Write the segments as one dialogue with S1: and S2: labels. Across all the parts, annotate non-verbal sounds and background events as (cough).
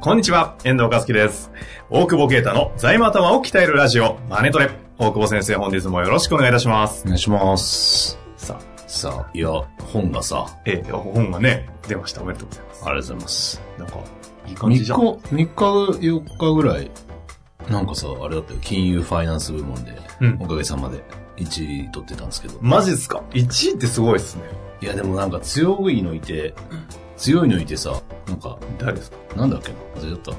S1: こんにちは、遠藤和樹です。大久保啓太の財務頭を鍛えるラジオ、マネトレ。大久保先生、本日もよろしくお願いいたします。
S2: お願いします。
S1: さあ、
S2: さあ、いや、本がさ、
S1: ええ本がね、出ました。おめでとうございます。
S2: ありがとうございます。
S1: なんか、いい
S2: 3
S1: 感じ
S2: 日、
S1: じゃん。
S2: 3日、4日ぐらい、なんかさ、あれだったよ、金融ファイナンス部門で、
S1: うん
S2: おかげさまで1位取ってたんですけど。
S1: マジっすか ?1 位ってすごいっすね。
S2: いや、でもなんか強いのいて、強いのいてさ、なんか、
S1: 誰ですか
S2: なんだっけな、忘れちゃっ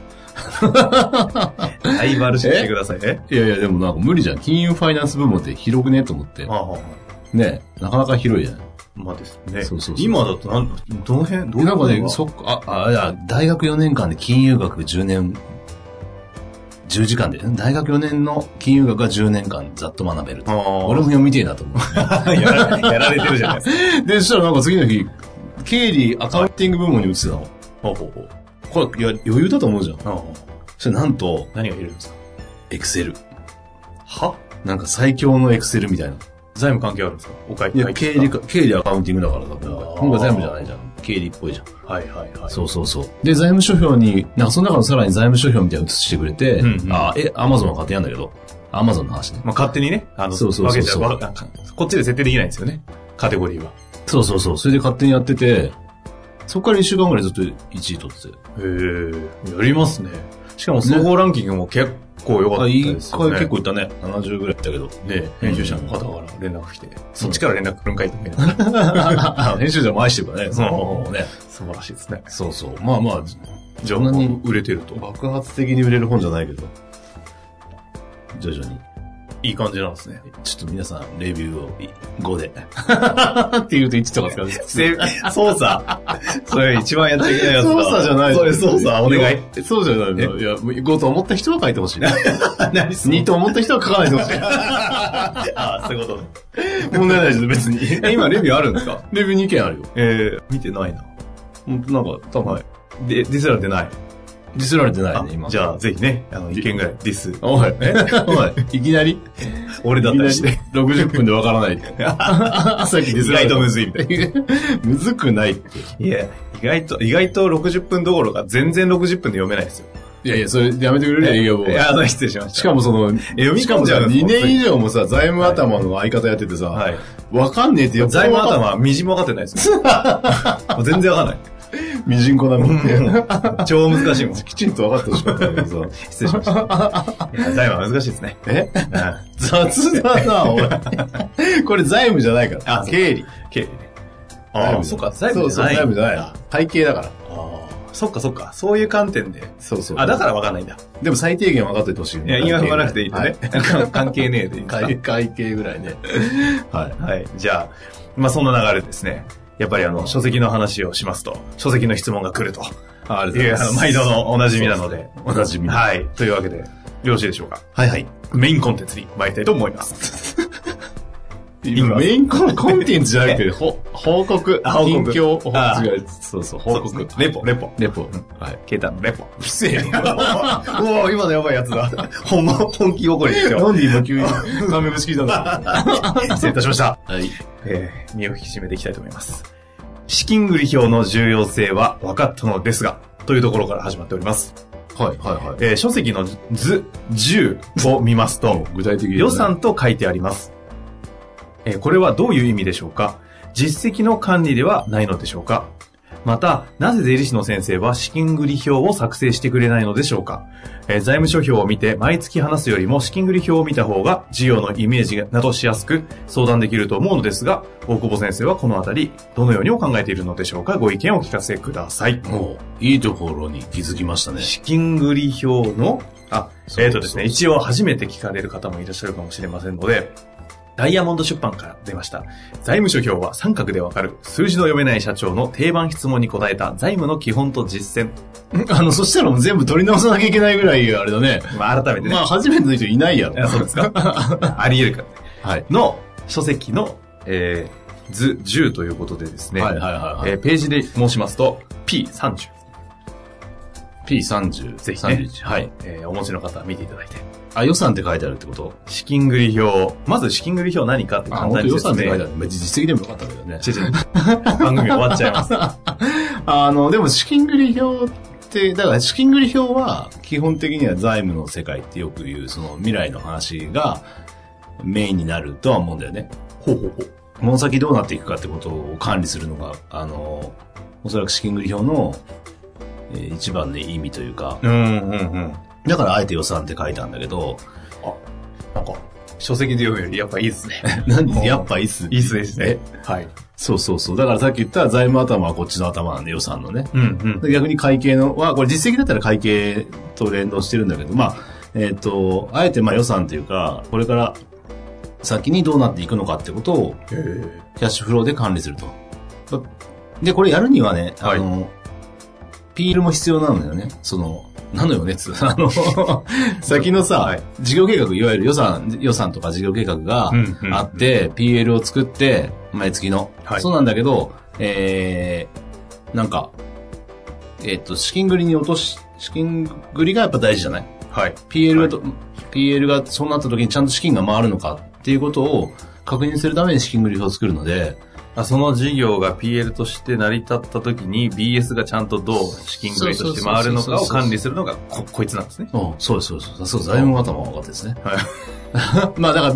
S1: ライバルしてください。え
S2: た。いやいや、でもなんか無理じゃん。金融ファイナンス部門って広くねと思って
S1: あ。あ、はあ
S2: ねなかなか広いじゃない。
S1: まあですね。
S2: そうそうそう
S1: 今だとなん、どの辺、どう
S2: で
S1: いう
S2: なんか
S1: の
S2: ね、
S1: が
S2: そっか、あ、あ、いや、大学4年間で金融学10年、10時間で、ん大学4年の金融学が10年間ざっと学べると。
S1: あ
S2: 俺も読みてえなと思う。
S1: あ、やらやられてるじゃないですか。
S2: (laughs) で、そしたらなんか次の日、経理アカウンティング部門に移ってたの。
S1: ほうほうほう
S2: これ、いや、余裕だと思うじゃん。
S1: ああ
S2: それなんと、
S1: 何がいるんですか
S2: エクセル。
S1: は
S2: なんか最強のエクセルみたいな。
S1: 財務関係あるんですかお会
S2: い
S1: 計
S2: や、経理か、経理アカウンティングだからさ、今
S1: あ
S2: 回
S1: ー。
S2: 今回財務じゃないじゃん。経理っぽいじゃん。
S1: はいはいはい。
S2: そうそうそう。で、財務諸表に、なんかその中のさらに財務諸表みたいなの映してくれて、
S1: うんうん
S2: あ、え、アマゾンは勝手なんだけど、アマゾンの話ね。
S1: まあ、勝手にね、あの、
S2: そうそうそうそう
S1: 分けちゃう。こっちで設定できないんですよね。カテゴリーは。
S2: そうそうそう。それで勝手にやってて、そこから一週間ぐらいずっと1位取ってて。
S1: へえ、やりますね。しかも総合ランキングも結構良かった
S2: あ、一回
S1: ですよね。
S2: 結構いったね。70ぐらいいったけど。
S1: ね、編集者の方から連絡来て、そっちから連絡来るんかいって
S2: 編集者も愛してるからね。
S1: そう
S2: もうね。
S1: (laughs) 素晴らしいですね。
S2: そうそう。まあまあ、
S1: じゃあ、
S2: そんなに
S1: 売れてると。
S2: 爆発的に売れる本じゃないけど。徐々に。
S1: いい感じなんですね。
S2: ちょっと皆さん、レビューを5で。 (laughs) って言うと1とか使う。
S1: せ操 (laughs) 作。それ一番やっちゃいけないやつだ。
S2: 操作じゃない
S1: それ操作、お願い。。
S2: そうじゃないの。いや、5と思った人は書いてほ (laughs) しい。
S1: 何 (laughs) す
S2: 2と思った人は書かないでほしい。
S1: ああ、そういうこと。
S2: (laughs) 問題ないです、別に。
S1: え今レビューあるんですか
S2: (laughs) レビュー2件あるよ。
S1: えー、見てないな。
S2: 本当なんか、多分、
S1: で、ディスられてない。
S2: ディスられてない
S1: あ
S2: ね、今。
S1: じゃあ、ぜひね、あの、一件ぐらいディス。
S2: おい、えおい、いきなり
S1: 俺だったりして。。
S2: 60分でわからないって。 (laughs) さっきディスられ
S1: 意外
S2: た
S1: とむずいみた
S2: むずくないって。
S1: いや、意外と、意外と60分どころか全然60分で読めないですよ。
S2: いやいや、それやめてくれる営業部
S1: いや、あの、失礼しました。
S2: しかもその、
S1: 読み
S2: しか
S1: 込ん
S2: も
S1: じゃ
S2: さ、
S1: う
S2: 2年以上もさ、財務頭の相方やっててさ、
S1: はい。
S2: わかんねえってよ
S1: 財務頭はみじんも分かってないですよ。もう全然分かんない。
S2: (laughs) みじんこだもんね。
S1: 超難しいもん。
S2: (laughs) きちんと分かってほしかったんだけどさ。
S1: 失礼しました。いや財務は難しいですね。
S2: え
S1: うん
S2: 雑だな、おい。これ財務じゃないから。
S1: あそう
S2: 経理。
S1: 経理ね。ああ、そっか、財務じゃない。
S2: そうそう財務じゃないな。会計だから。
S1: ああ、そっかそっか、そういう観点で。
S2: そうそう。
S1: あ、だから分かんないんだ。
S2: でも最低限分かっててほしいよ
S1: い
S2: ね。
S1: や、今踏まなくていいと
S2: は
S1: ね。関係ねえでいいですか
S2: 会会計ぐら
S1: (laughs)
S2: いね。はい。
S1: はい。じゃあ、まあ、そんな流れでですね。やっぱりあの、書籍の話をしますと、書籍の質問が来ると。
S2: あり
S1: いや、あの、毎度のおなじみなので。
S2: おなじみ。はい
S1: はい。というわけで、よろしいでしょうか。
S2: はい。
S1: メインコンテンツに参りたいと思います。今
S2: 今メインコンコンテンツじゃなくて、ほ報告。
S1: あ報告
S2: 近況報
S1: あ
S2: 告。違うそうそう、報
S1: (laughs) そう
S2: 告
S1: です。ねレポ、レポ。
S2: レポ。はい。
S1: ケータのレポ。
S2: 不正
S1: (laughs)
S2: よ。
S1: おお今のやばいやつだ。 (laughs) ほんま、本気怒りですよ。
S2: なんで今急に、ダメ口聞いたんだ
S1: (laughs)
S2: ろ
S1: 失礼いたしました。
S2: う。はい。
S1: えー、身を引き締めていきたいと思います。資金繰り表の重要性は分かったのですが、というところから始まっております。
S2: はい、はい、はい。
S1: えー書籍の図10を見ますと、
S2: 具体的に。
S1: 予算と書いてあります。えーこれはどういう意味でしょうか実績の管理ではないのでしょうかまた、なぜ税理士の先生は資金繰り表を作成してくれないのでしょうか、えー財務諸表を見て毎月話すよりも資金繰り表を見た方が事業のイメージなどしやすく相談できると思うのですが、大久保先生はこのあたり、どのようにお考えているのでしょうかご意見をお聞かせください。
S2: もう、いいところに気づきましたね。
S1: 資金繰り表の、あ、
S2: そう
S1: えっ、とですね、一応初めて聞かれる方もいらっしゃるかもしれませんので、ダイヤモンド出版から出ました。財務諸表は三角でわかる、数字の読めない社長の定番質問に答えた財務の基本と実践。
S2: (laughs) あの、そしたらもう全部取り直さなきゃいけないぐらい、あれだね。
S1: まあ、改めてね。
S2: まあ、初めての人いないや
S1: いや
S2: ろ。
S1: そうです
S2: (laughs)
S1: かあり得るか。
S2: はい。
S1: の書籍の、えー、図10ということでですね、
S2: はいはいはいはい。
S1: えーページで申しますと、P30、
S2: P30。
S1: ぜひね
S2: 31はい。
S1: えーお持ちの方は見ていただいて。
S2: あ、予算って書いてあるってこと
S1: 資金繰り表。まず資金繰り表何かって
S2: あ、
S1: 簡
S2: 本
S1: 単
S2: 当
S1: に
S2: 予
S1: 説
S2: 算って書いて
S1: 明
S2: あ。る。まあ実績でもよかったけどね。
S1: 違う違う番組終わっちゃいます。
S2: あの、でも資金繰り表って、だから資金繰り表は基本的には財務の世界ってよく言う、その未来の話がメインになるとは思うんだよね。
S1: ほうほうほう。
S2: この先どうなっていくかってことを管理するのが、あの、おそらく資金繰り表のえー一番の意味というか、
S1: うんうんうん。
S2: だからあえて予算って書いたんだけど、
S1: なんか、書籍で読むよりやっぱいいですね。 (laughs)
S2: 何やっぱいいっす
S1: いいっすですね。はい。
S2: そうそうそう。だからさっき言った財務頭はこっちの頭なんで予算のね。
S1: うんうん。
S2: で逆に会計のは、これ実績だったら会計と連動してるんだけど、まあ、えっ、と、あえてまあ予算というか、これから先にどうなっていくのかってことを
S1: へー
S2: キャッシュフローで管理すると。で、これやるにはね、あの、ピールも必要なのよね。その、なのよね、つう (laughs) あ
S1: (laughs)
S2: の、先のさ、
S1: はい
S2: 事業計画、いわゆる予算、予算とか事業計画が
S1: うんうん
S2: あって、PL を作って、毎月の、
S1: はい
S2: そうなんだけど、えー、なんか、えっ、と、資金繰りに落とし、資金繰りがやっぱ大事じゃない
S1: はい。
S2: PL がと、PL がそうなった時にちゃんと資金が回るのかっていうことを確認するために資金繰り表を作るので、
S1: あその事業が PL として成り立った時に BS がちゃんとどう資金繰りとして回るのかを管理するのがこ、こいつなんですね。
S2: うんそうですそうです。そう、財務頭は分かったですね。
S1: はい。
S2: (laughs) まあだから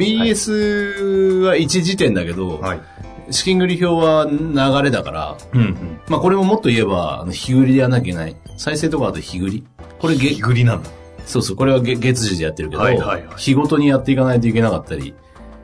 S2: BS は一時点だけど、
S1: い。
S2: 資金繰り表は流れだから、
S1: うんうん。
S2: まあこれももっと言えば、あの日繰りでやらなきゃいけない。再生とかあと日繰り。これ月、
S1: ぐりなんだ。
S2: そうそう、これは月月次でやってるけど、
S1: はいはいはい
S2: 日ごとにやっていかないといけなかったり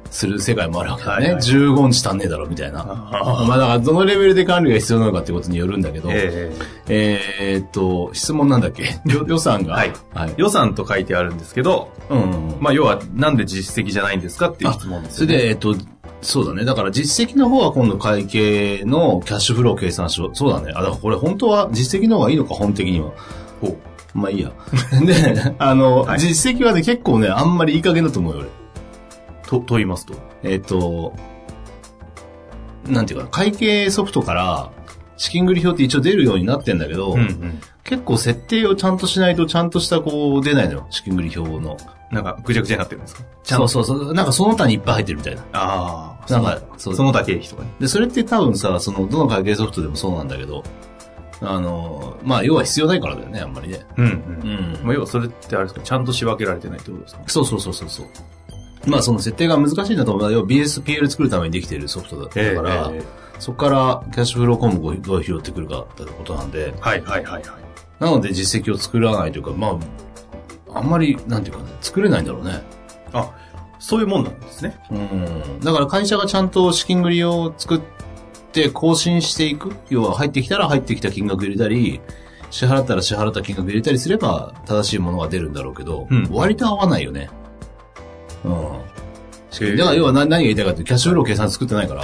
S2: する世界もあるわけだね。
S1: はいはい
S2: 15日足んねえだろみたいな。
S1: あ
S2: まあだからどのレベルで管理が必要なのかってことによるんだけど、
S1: ええ
S2: えーっと、質問なんだっけ予予算が。
S1: はい。
S2: はい。
S1: 予算と書いてあるんですけど、
S2: うんうんうん。
S1: まあ、要は、なんで実績じゃないんですかっていう質問です
S2: それ
S1: よね。
S2: で、えっと、そうだね。だから実績の方は今度会計のキャッシュフロー計算書。そうだね。あ、だからこれ本当は実績の方がいいのか、本的には。
S1: ほう
S2: まあいいや。 (laughs) で、あの、
S1: はい
S2: 実績はね、結構ね、あんまりいい加減だと思うよ、
S1: と、と言いますと。
S2: 俺。えっと、なんていうか、会計ソフトから資金繰り表って一応出るようになってんだけど、
S1: うん
S2: 結構設定をちゃんとしないとちゃんとしたこう出ないのよ、資金繰り表の。
S1: うん。なんか、ぐちゃぐちゃになってるんですかちゃんと
S2: そうそうそう。なんかその他にいっぱい入ってるみたいな。
S1: あ
S2: なんか、そ
S1: あ。
S2: う
S1: その他経費とかね。
S2: で、それって多分さ、その、どの会計ソフトでもそうなんだけど、あの、まあ、要は必要ないからだよね、あんまりね。
S1: うんう。
S2: うんん
S1: まあ、要はそれってあれですか、ちゃんと仕分けられてないってことですか
S2: そうそうそうそうそう。まあ、その設定が難しいんだと思う。要は BSPL 作るためにできているソフトだだ
S1: ええ
S2: から、
S1: え
S2: そこからキャッシュフロー項目をどう拾ってくるかってことなんで、
S1: えはいはいはいはい。
S2: なので実績を作らないというか、まあ、あんまり、なんていうかね、作れないんだろうね。
S1: そういうもんなんですね。
S2: うん。だから会社がちゃんと資金繰りを作って更新していく。要は入ってきたら入ってきた金額入れたり、支払ったら支払った金額入れたりすれば正しいものが出るんだろうけど、
S1: うん
S2: 割と合わないよね。うん。
S1: へえ
S2: だから要は何何が言いたいかっていうとキャッシュフロー計算作ってないから、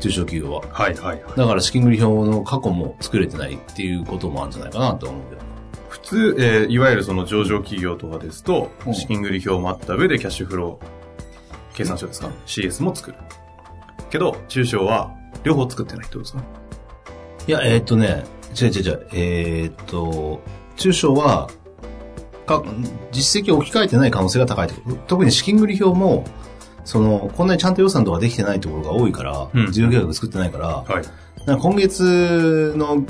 S2: 中小企業は。
S1: はいはいはい。
S2: だから資金繰り表の過去も作れてないっていうこともあるんじゃないかなと思うけど。
S1: 普通、えーいわゆるその上場企業とかですと
S2: う、ん
S1: 資金繰り表もあった上でキャッシュフロー計算書ですか、?CS も作る。けど、中小は両方作ってないってことですか
S2: いや、えーっとね、違う違う違う、えーっと、中小は、か実績を置き換えてない可能性が高いってこと。特に資金繰り表も、その、こんなにちゃんと予算とかできてないところが多いから、
S1: うん
S2: 事業計画作ってないから、
S1: はい。
S2: なんか今月の、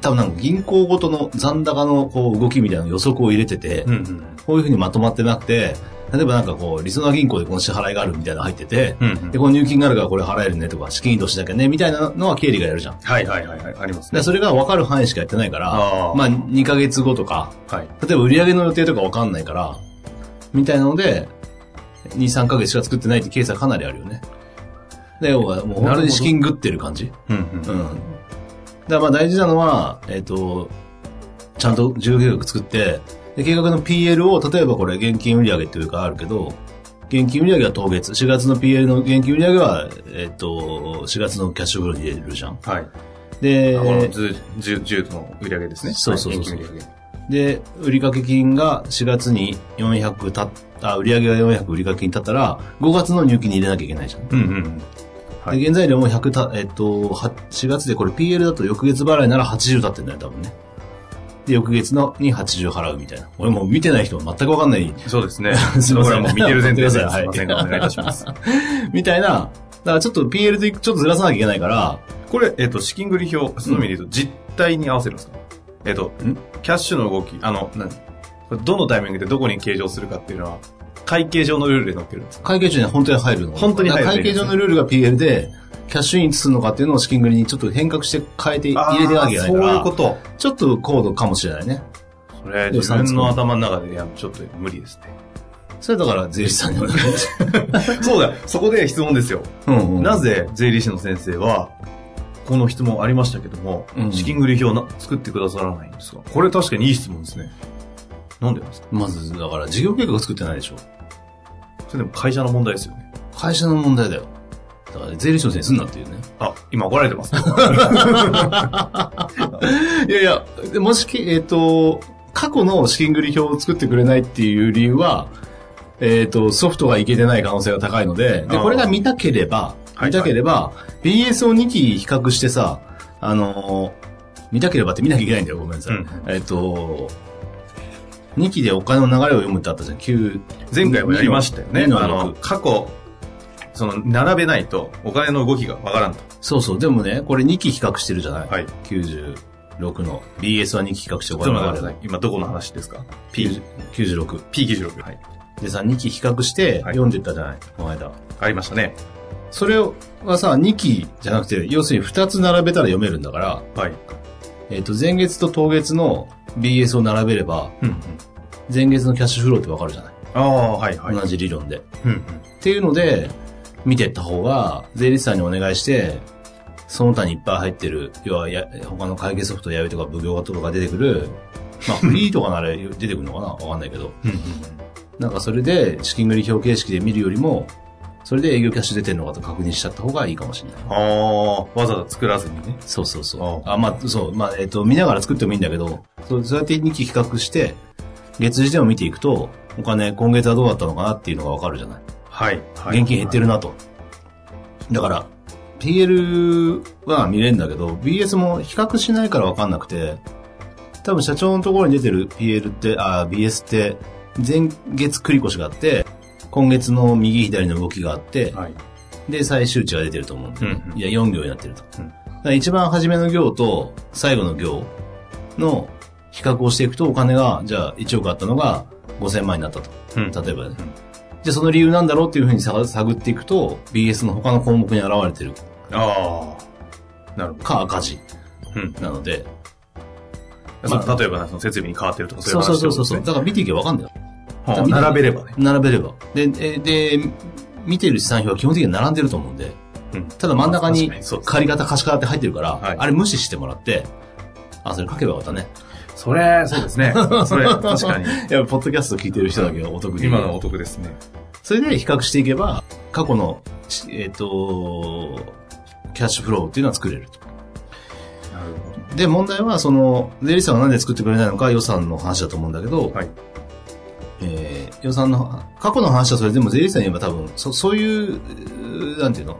S2: 多分なんか銀行ごとの残高のこう動きみたいな予測を入れてて、
S1: うんうん。
S2: こういうふうにまとまってなくて、例えばなんかこう、りそな銀行でこの支払いがあるみたいなの入ってて、
S1: うんうん
S2: で、この入金があるからこれ払えるねとか、資金移動しなきゃね、みたいなのは経理がやるじゃん。
S1: はいはいはいはい。あります
S2: で
S1: ね。
S2: それが分かる範囲しかやってないから、
S1: あー
S2: まあ2ヶ月後とか、
S1: はい。
S2: 例えば売り上げの予定とか分かんないから、みたいなので、2、3ヶ月しか作ってないってケースはかなりあるよね。で、要はも
S1: な
S2: う
S1: る
S2: 本当
S1: ほど
S2: に資金食ってる感じ。
S1: うん
S2: うん。だからまあ大事なのは、えっ、と、ちゃんと事業計画作って、で計画の PL を、例えばこれ現金売り上げっていうかあるけど、現金売上は当月。4月の PL の現金売上は、えっと、4月のキャッシュフローに入れるじゃん。
S1: はい。
S2: で
S1: あ、この10、10 10の売り上げですね。
S2: そうそうそう
S1: はい現金売上
S2: で、売掛金が4月に400たあ、売上が400、売掛金たったら、5月の入金に入れなきゃいけないじゃん。
S1: うんうんうん。はい
S2: で、原材料も100た、えっと、は4月でこれ PL だと翌月払いなら80だってんだよ、多分ね。で、翌月のに80払うみたいな。俺もう見てない人は全くわかんない、
S1: そう (laughs) ですね。
S2: すいません
S1: これはもう見てる前提です。すい
S2: はい
S1: ません。お願いいたします。
S2: みたいな。だからちょっと PL とちょっとずらさなきゃいけないから、
S1: (laughs) これ、えっ、と、資金繰り表、その意味で言うと、実態に合わせるんですか、えっ、と、キャッシュの動き、あの、何これどのタイミングでどこに計上するかっていうのは、会計上のルールで載ってるんですか
S2: 会計中には本当に入るの。
S1: 本当に入る
S2: だから会計上のルールが PL で、キャッシュインするのかっていうのを資金繰りにちょっと変革して変えて入れてあげない
S1: そ
S2: か
S1: う
S2: ら、
S1: いうこと。
S2: ちょっと高度かもしれないね。
S1: それ、自分の頭の中でやるちょっと無理ですね。
S2: それだから税理士さんにお願いし
S1: (laughs) そうだ、そこで質問ですよ。
S2: うん
S1: なぜ税理士の先生は、この質問ありましたけども、
S2: うん
S1: 資金繰り表な作ってくださらないんですかこれ確かにいい質問ですね。なんでなんですか
S2: まず、だから事業計画作ってないでしょ。
S1: それでも会社の問題ですよね。
S2: 会社の問題だよ。だから税理士のせいにすんなっていうね。
S1: あ、今怒られてます。
S2: いやいや、でもしき、えっ、と、過去の資金繰り表を作ってくれないっていう理由は、えっ、と、ソフトがいけてない可能性が高いので、で、
S1: あー
S2: これが見たければ、
S1: はい
S2: 見たければ、BS を2期比較してさ、あのー見たければって見なきゃいけないんだよ、ごめんなさい。
S1: うん
S2: えっ、と、2期でお金の流れを読むってあったじゃん、9、
S1: (laughs) 前回もやりましたよ (laughs) ね。
S2: 二の
S1: あ
S2: 六
S1: の、過去、その、並べないと、お金の動きがわからんと。
S2: そうそう、でもね、これ2期比較してるじゃない、
S1: はい。
S2: ?96 の BS は2期比較し
S1: ち
S2: て
S1: ょっと
S2: お金の
S1: 待っ
S2: 流れ
S1: てください。今どこの話ですか ?P、
S2: 96。
S1: P 議事録。はい。
S2: でさ、2期比較して
S1: はい
S2: 読んでたじゃない、この間。
S1: ありましたね。
S2: それはさ、2期じゃなくて、要するに2つ並べたら読めるんだから、
S1: はい。
S2: えっ、と、前月と当月の BS を並べれば、
S1: うんうん。
S2: 前月のキャッシュフローってわかるじゃない、
S1: ああ、はいはい。
S2: 同じ理論で。
S1: うんうん。
S2: っていうので、見てった方が、税理士さんにお願いして、その他にいっぱい入ってる、要はや、他の会計ソフトやめとか、奉行とかが出てくる、まあ、フリーとかなら出てくるのかなわかんないけど。
S1: うんうん
S2: なんかそれで、資金繰り表形式で見るよりも、それで営業キャッシュ出てるのかと確認しちゃった方がいいかもしれない。
S1: ああ、わざわざ作らずにね。
S2: そうそうそう。
S1: あ
S2: あまあ、そう、まあ、えっ、と、見ながら作ってもいいんだけど、そうそうやって2期比較して、月次でも見ていくと、お金、今月はどうだったのかなっていうのがわかるじゃない。
S1: はい。はい
S2: 現金減ってるなと。だから、PL は見れるんだけど、BS も比較しないからわかんなくて、多分社長のところに出てる PL って、あー BS って、前月繰り越しがあって、今月の右左の動きがあって、
S1: はい。
S2: で、最終値が出てると思うんだよね
S1: うんうん
S2: いや、4行になってると。
S1: うん
S2: だから一番初めの行と最後の行の比較をしていくとお金が、じゃあ1億あったのが5000万になったと。
S1: うん
S2: 例えばね。じゃあその理由なんだろうっていうふうに探探っていくと、BS の他の項目に現れてる
S1: ああ。なるほ
S2: か赤字
S1: ど。うん。
S2: なので。
S1: そ
S2: まあ
S1: う例えばね、その設備に変わってるとか、
S2: そうそうそうそ
S1: 話
S2: う
S1: ってことですね
S2: だから見ていけばわかんないよ。
S1: はあ並べればね。
S2: 並べれば。で、えで、見てる資産表は基本的に並んでると思うんで。
S1: うん
S2: ただ真ん中に
S1: 確かそうです
S2: 借り方、貸し方って入ってるから、
S1: はい
S2: あれ無視してもらって、あ、それ書けばよかったね。
S1: (laughs) それ、そうですね。 (laughs) それ、 (laughs) 確かに。
S2: (laughs) いや、ポッドキャスト聞いてる人だけはお得に。
S1: 今のお得ですね。
S2: それで比較していけば、過去の、しえっ、と、キャッシュフローっていうのは作れると。
S1: なるほ
S2: で、問題は、その、税理士さんがなんで作ってくれないのか予算の話だと思うんだけど、
S1: はい。
S2: えー予算の、過去の話はそれでも税理士さんに言えば多分、そそういううー、なんていうの、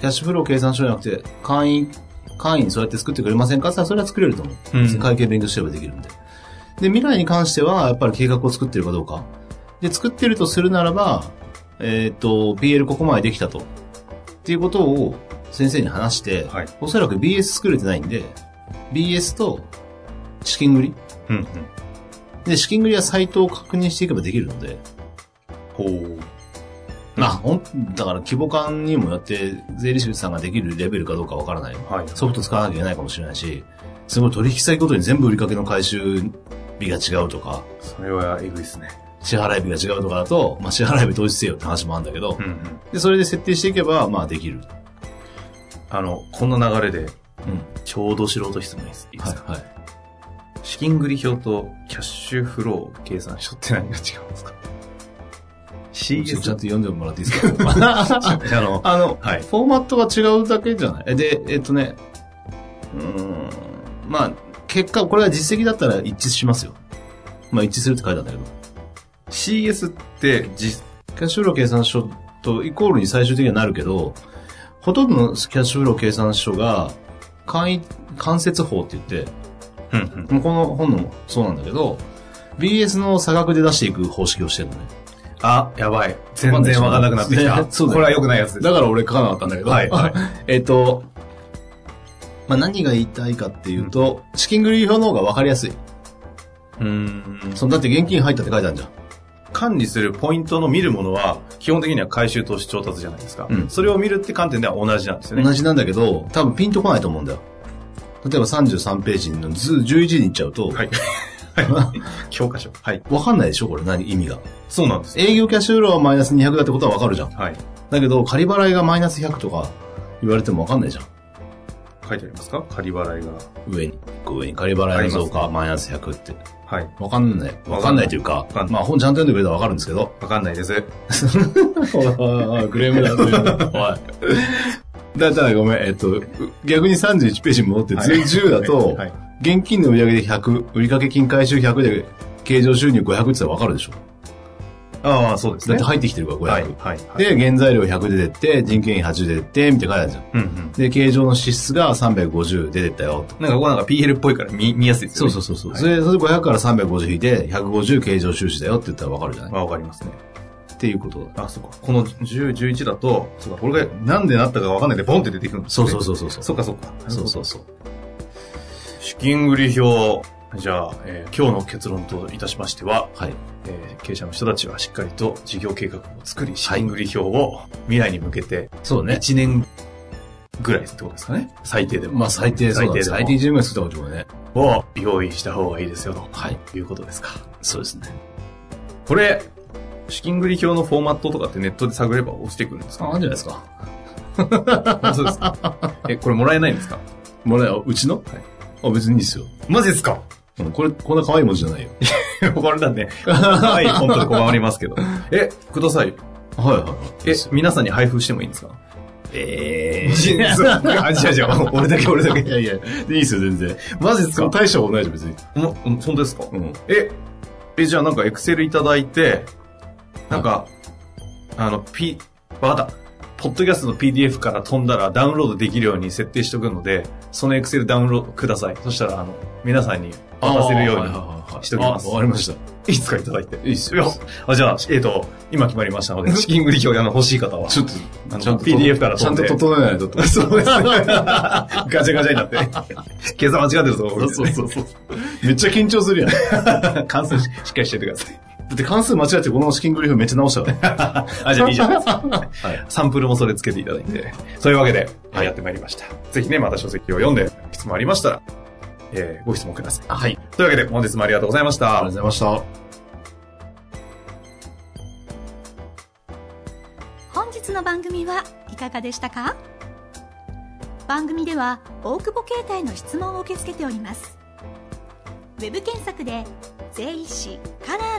S2: キャッシュフロー計算書じゃなくて、会員、会員にそうやって作ってくれませんかって言ったらそれは作れると思う。
S1: うん
S2: 別に会計勉強してればできるんで。で、未来に関しては、やっぱり計画を作ってるかどうか。で、作ってるとするならば、えっ、と、PL ここまでできたと。っていうことを先生に話して、
S1: はい
S2: おそらく BS 作れてないんで、BS と資金繰り。
S1: うんうん。
S2: で、資金繰りはサイトを確認していけばできるので、
S1: ほう。
S2: まあ、ほん、だから規模感にもよって、税理士さんができるレベルかどうかわからない。
S1: はい。
S2: ソフト使わなきゃいけないかもしれないし、すごい取引先ごとに全部売りかけの回収日が違うとか、
S1: それはえぐいっすね。
S2: 支払い日が違うとかだと、まあ支払い日当日せよって話もあるんだけど
S1: う、んうん。
S2: で、それで設定していけば、まあできる。
S1: あの、こんな流れで、
S2: うん。
S1: ちょうど素人質問です。いいで
S2: は
S1: す
S2: い、
S1: か、
S2: はい。
S1: 資金繰り表とキャッシュフロー計算書って何が違うんですか
S2: ちょ
S1: CS
S2: っとちゃんと読んでもらっていいですか
S1: (laughs)
S2: (laughs)
S1: あの、
S2: あの、
S1: はい。
S2: フォーマットが違うだけじゃないえで、えっとね、うーん、まあ、結果、これは実績だったら一致しますよ。まあ、一致するって書いてあるんだけど。
S1: CS って実、
S2: キャッシュフロー計算書とイコールに最終的にはなるけど、ほとんどのキャッシュフロー計算書が、簡易、関節法って言って、
S1: うんうん。
S2: この本のもそうなんだけど、BS の差額で出していく方式をしてるのね。
S1: あ、やばい。全然わかんなくなってきた。 (laughs)
S2: ね (laughs) そうだよ
S1: これは良くないやつです。
S2: だから俺書かなかったんだけど、
S1: はいはい。
S2: (laughs) えっと、まあ、何が言いたいかっていうと、資金繰り表の方が分かりやすい。
S1: うーん。
S2: そのだって現金入ったって書いてあるじゃん。
S1: 管理するポイントの見るものは、基本的には回収投資調達じゃないですか。
S2: うん
S1: それを見るって観点では同じなんですよね。
S2: 同じなんだけど、多分ピンとこないと思うんだよ。例えば33ページの図11に行っちゃうと、
S1: はい。はい。教科書。
S2: (laughs)
S1: はい。
S2: 分かんないでしょこれ何意味が。
S1: そうなんですよ。
S2: 営業キャッシュフローはマイナス200だってことは分かるじゃん。
S1: はい。
S2: だけど、仮払いがマイナス100とか言われても分かんないじゃん。
S1: 書いてありますか仮払いが。
S2: 上に、一個上に仮払いの増加マイナス100って。
S1: はい。
S2: 分かんない。分かんないというか
S1: わかんな、い
S2: まあ本ちゃんと読んでくれたら分かるんですけど、
S1: わかんないです。
S2: おいお (laughs) いおいクレームだ、クレームだ。おい。だったらごめん、えっと、う逆に31ページに戻って、
S1: はい
S2: 10だと
S1: はい、
S2: 現金の売上で100、売掛金回収100で、経常収入500って言ったら分かるでしょ。
S1: ああ、そうです
S2: だっ
S1: ね
S2: て。入ってきてるから、500。
S1: はい。はい。はい、
S2: で、原材料100出てって、人件費80出てって、みたいな書いてあるじゃん。
S1: うんうん。
S2: で、経常の支出が350出てったよ、と。
S1: なんかこうなんか PL っぽいから見見やすいです
S2: そ
S1: よ
S2: う
S1: ね。
S2: そうそうそう。
S1: はい
S2: それ、それで500から350引いて、150経常収支だよって言ったら分かるじゃない
S1: まあわかりますね。
S2: っていうことだ。
S1: あ、そうか。この10、11だと、そうか、これがなんでなったかわかんないでボンって出てくるんです
S2: そ
S1: ね
S2: うそうそうそうそう。
S1: そっかそっか。
S2: そうそうそう。
S1: 資金繰り表。じゃあ、えー今日の結論といたしましては、
S2: はい。
S1: えー経営者の人たちはしっかりと事業計画を作り、資金繰り表を未来に向けて
S2: そうね。
S1: 1年ぐらいってことですかね。最低でも。
S2: まあ最低、
S1: 最
S2: 最
S1: 低で
S2: 低、
S1: も
S2: 最低10名作ったこともね。
S1: を用意した方がいいですよ、
S2: はい。
S1: ということですか。
S2: そうですね。
S1: これ、資金繰り表のフォーマットとかってネットで探れば落ちてくるんです
S2: あ、
S1: か、
S2: あんじゃないですか。
S1: (laughs) あそうですか。え、これもらえないんですか
S2: もらえ、うちのはい。あ、別にいいですよ。
S1: マジですか
S2: うんこれ、こんな可愛い文字じゃないよ。
S1: これだね。はい、本当に困りますけど。え、ください。
S2: (laughs) はいはいはい。
S1: え、皆さんに配布してもいいんですか
S2: え
S1: 違う違
S2: (laughs)
S1: う、俺だけ俺だけ。
S2: いやいや、でいいですよ、全然。マジですか大したことないじゃん、別に。
S1: も、うん、本当ですか
S2: うん。
S1: え、え、じゃあなんかエクセルいただいて、なんか、あの、P、わかった。ポッドキャストの PDF から飛んだらダウンロードできるように設定しておくので、そのエクセルダウンロードください。そしたら、あの、皆さんに渡せるように、
S2: に
S1: しておきます
S2: わかりました。い
S1: いつかいただいて。
S2: いです
S1: いや
S2: よ。、
S1: あじゃあ、えっ、と、今決まりましたの
S2: (laughs)
S1: で、資金繰り表あの欲しい方は。
S2: ちょっ
S1: あ
S2: と、
S1: の
S2: ちゃんと
S1: PDF から
S2: ちゃ
S1: 飛ん
S2: ん
S1: で
S2: と整えない
S1: (laughs)
S2: と。
S1: そう
S2: (laughs)
S1: ですね。ガチャガチャになって。計算間違ってるぞ。
S2: そ
S1: (laughs)
S2: うそうそう。めっちゃ緊張するやん。だ
S1: 関数ししっかりしておいてください。
S2: って関数間違ってこの資金繰り表めっちゃ直したから。
S1: あ、じゃあいいじ
S2: (laughs)
S1: ゃないですか。
S2: はい
S1: サンプルもそれつけていただいて。そういうわけで、やってまいりました。ぜひね、また書籍を読んで、質問ありましたら、えーご質問ください。
S2: はい。ありが
S1: というわけで、本日もありがとうございまし
S2: とう
S1: た
S2: ご。ざいました。
S3: 本日の番組はいかがでしたか番組では大久保携帯の質問を受け付けておりますウェブ検索で「税理士カラ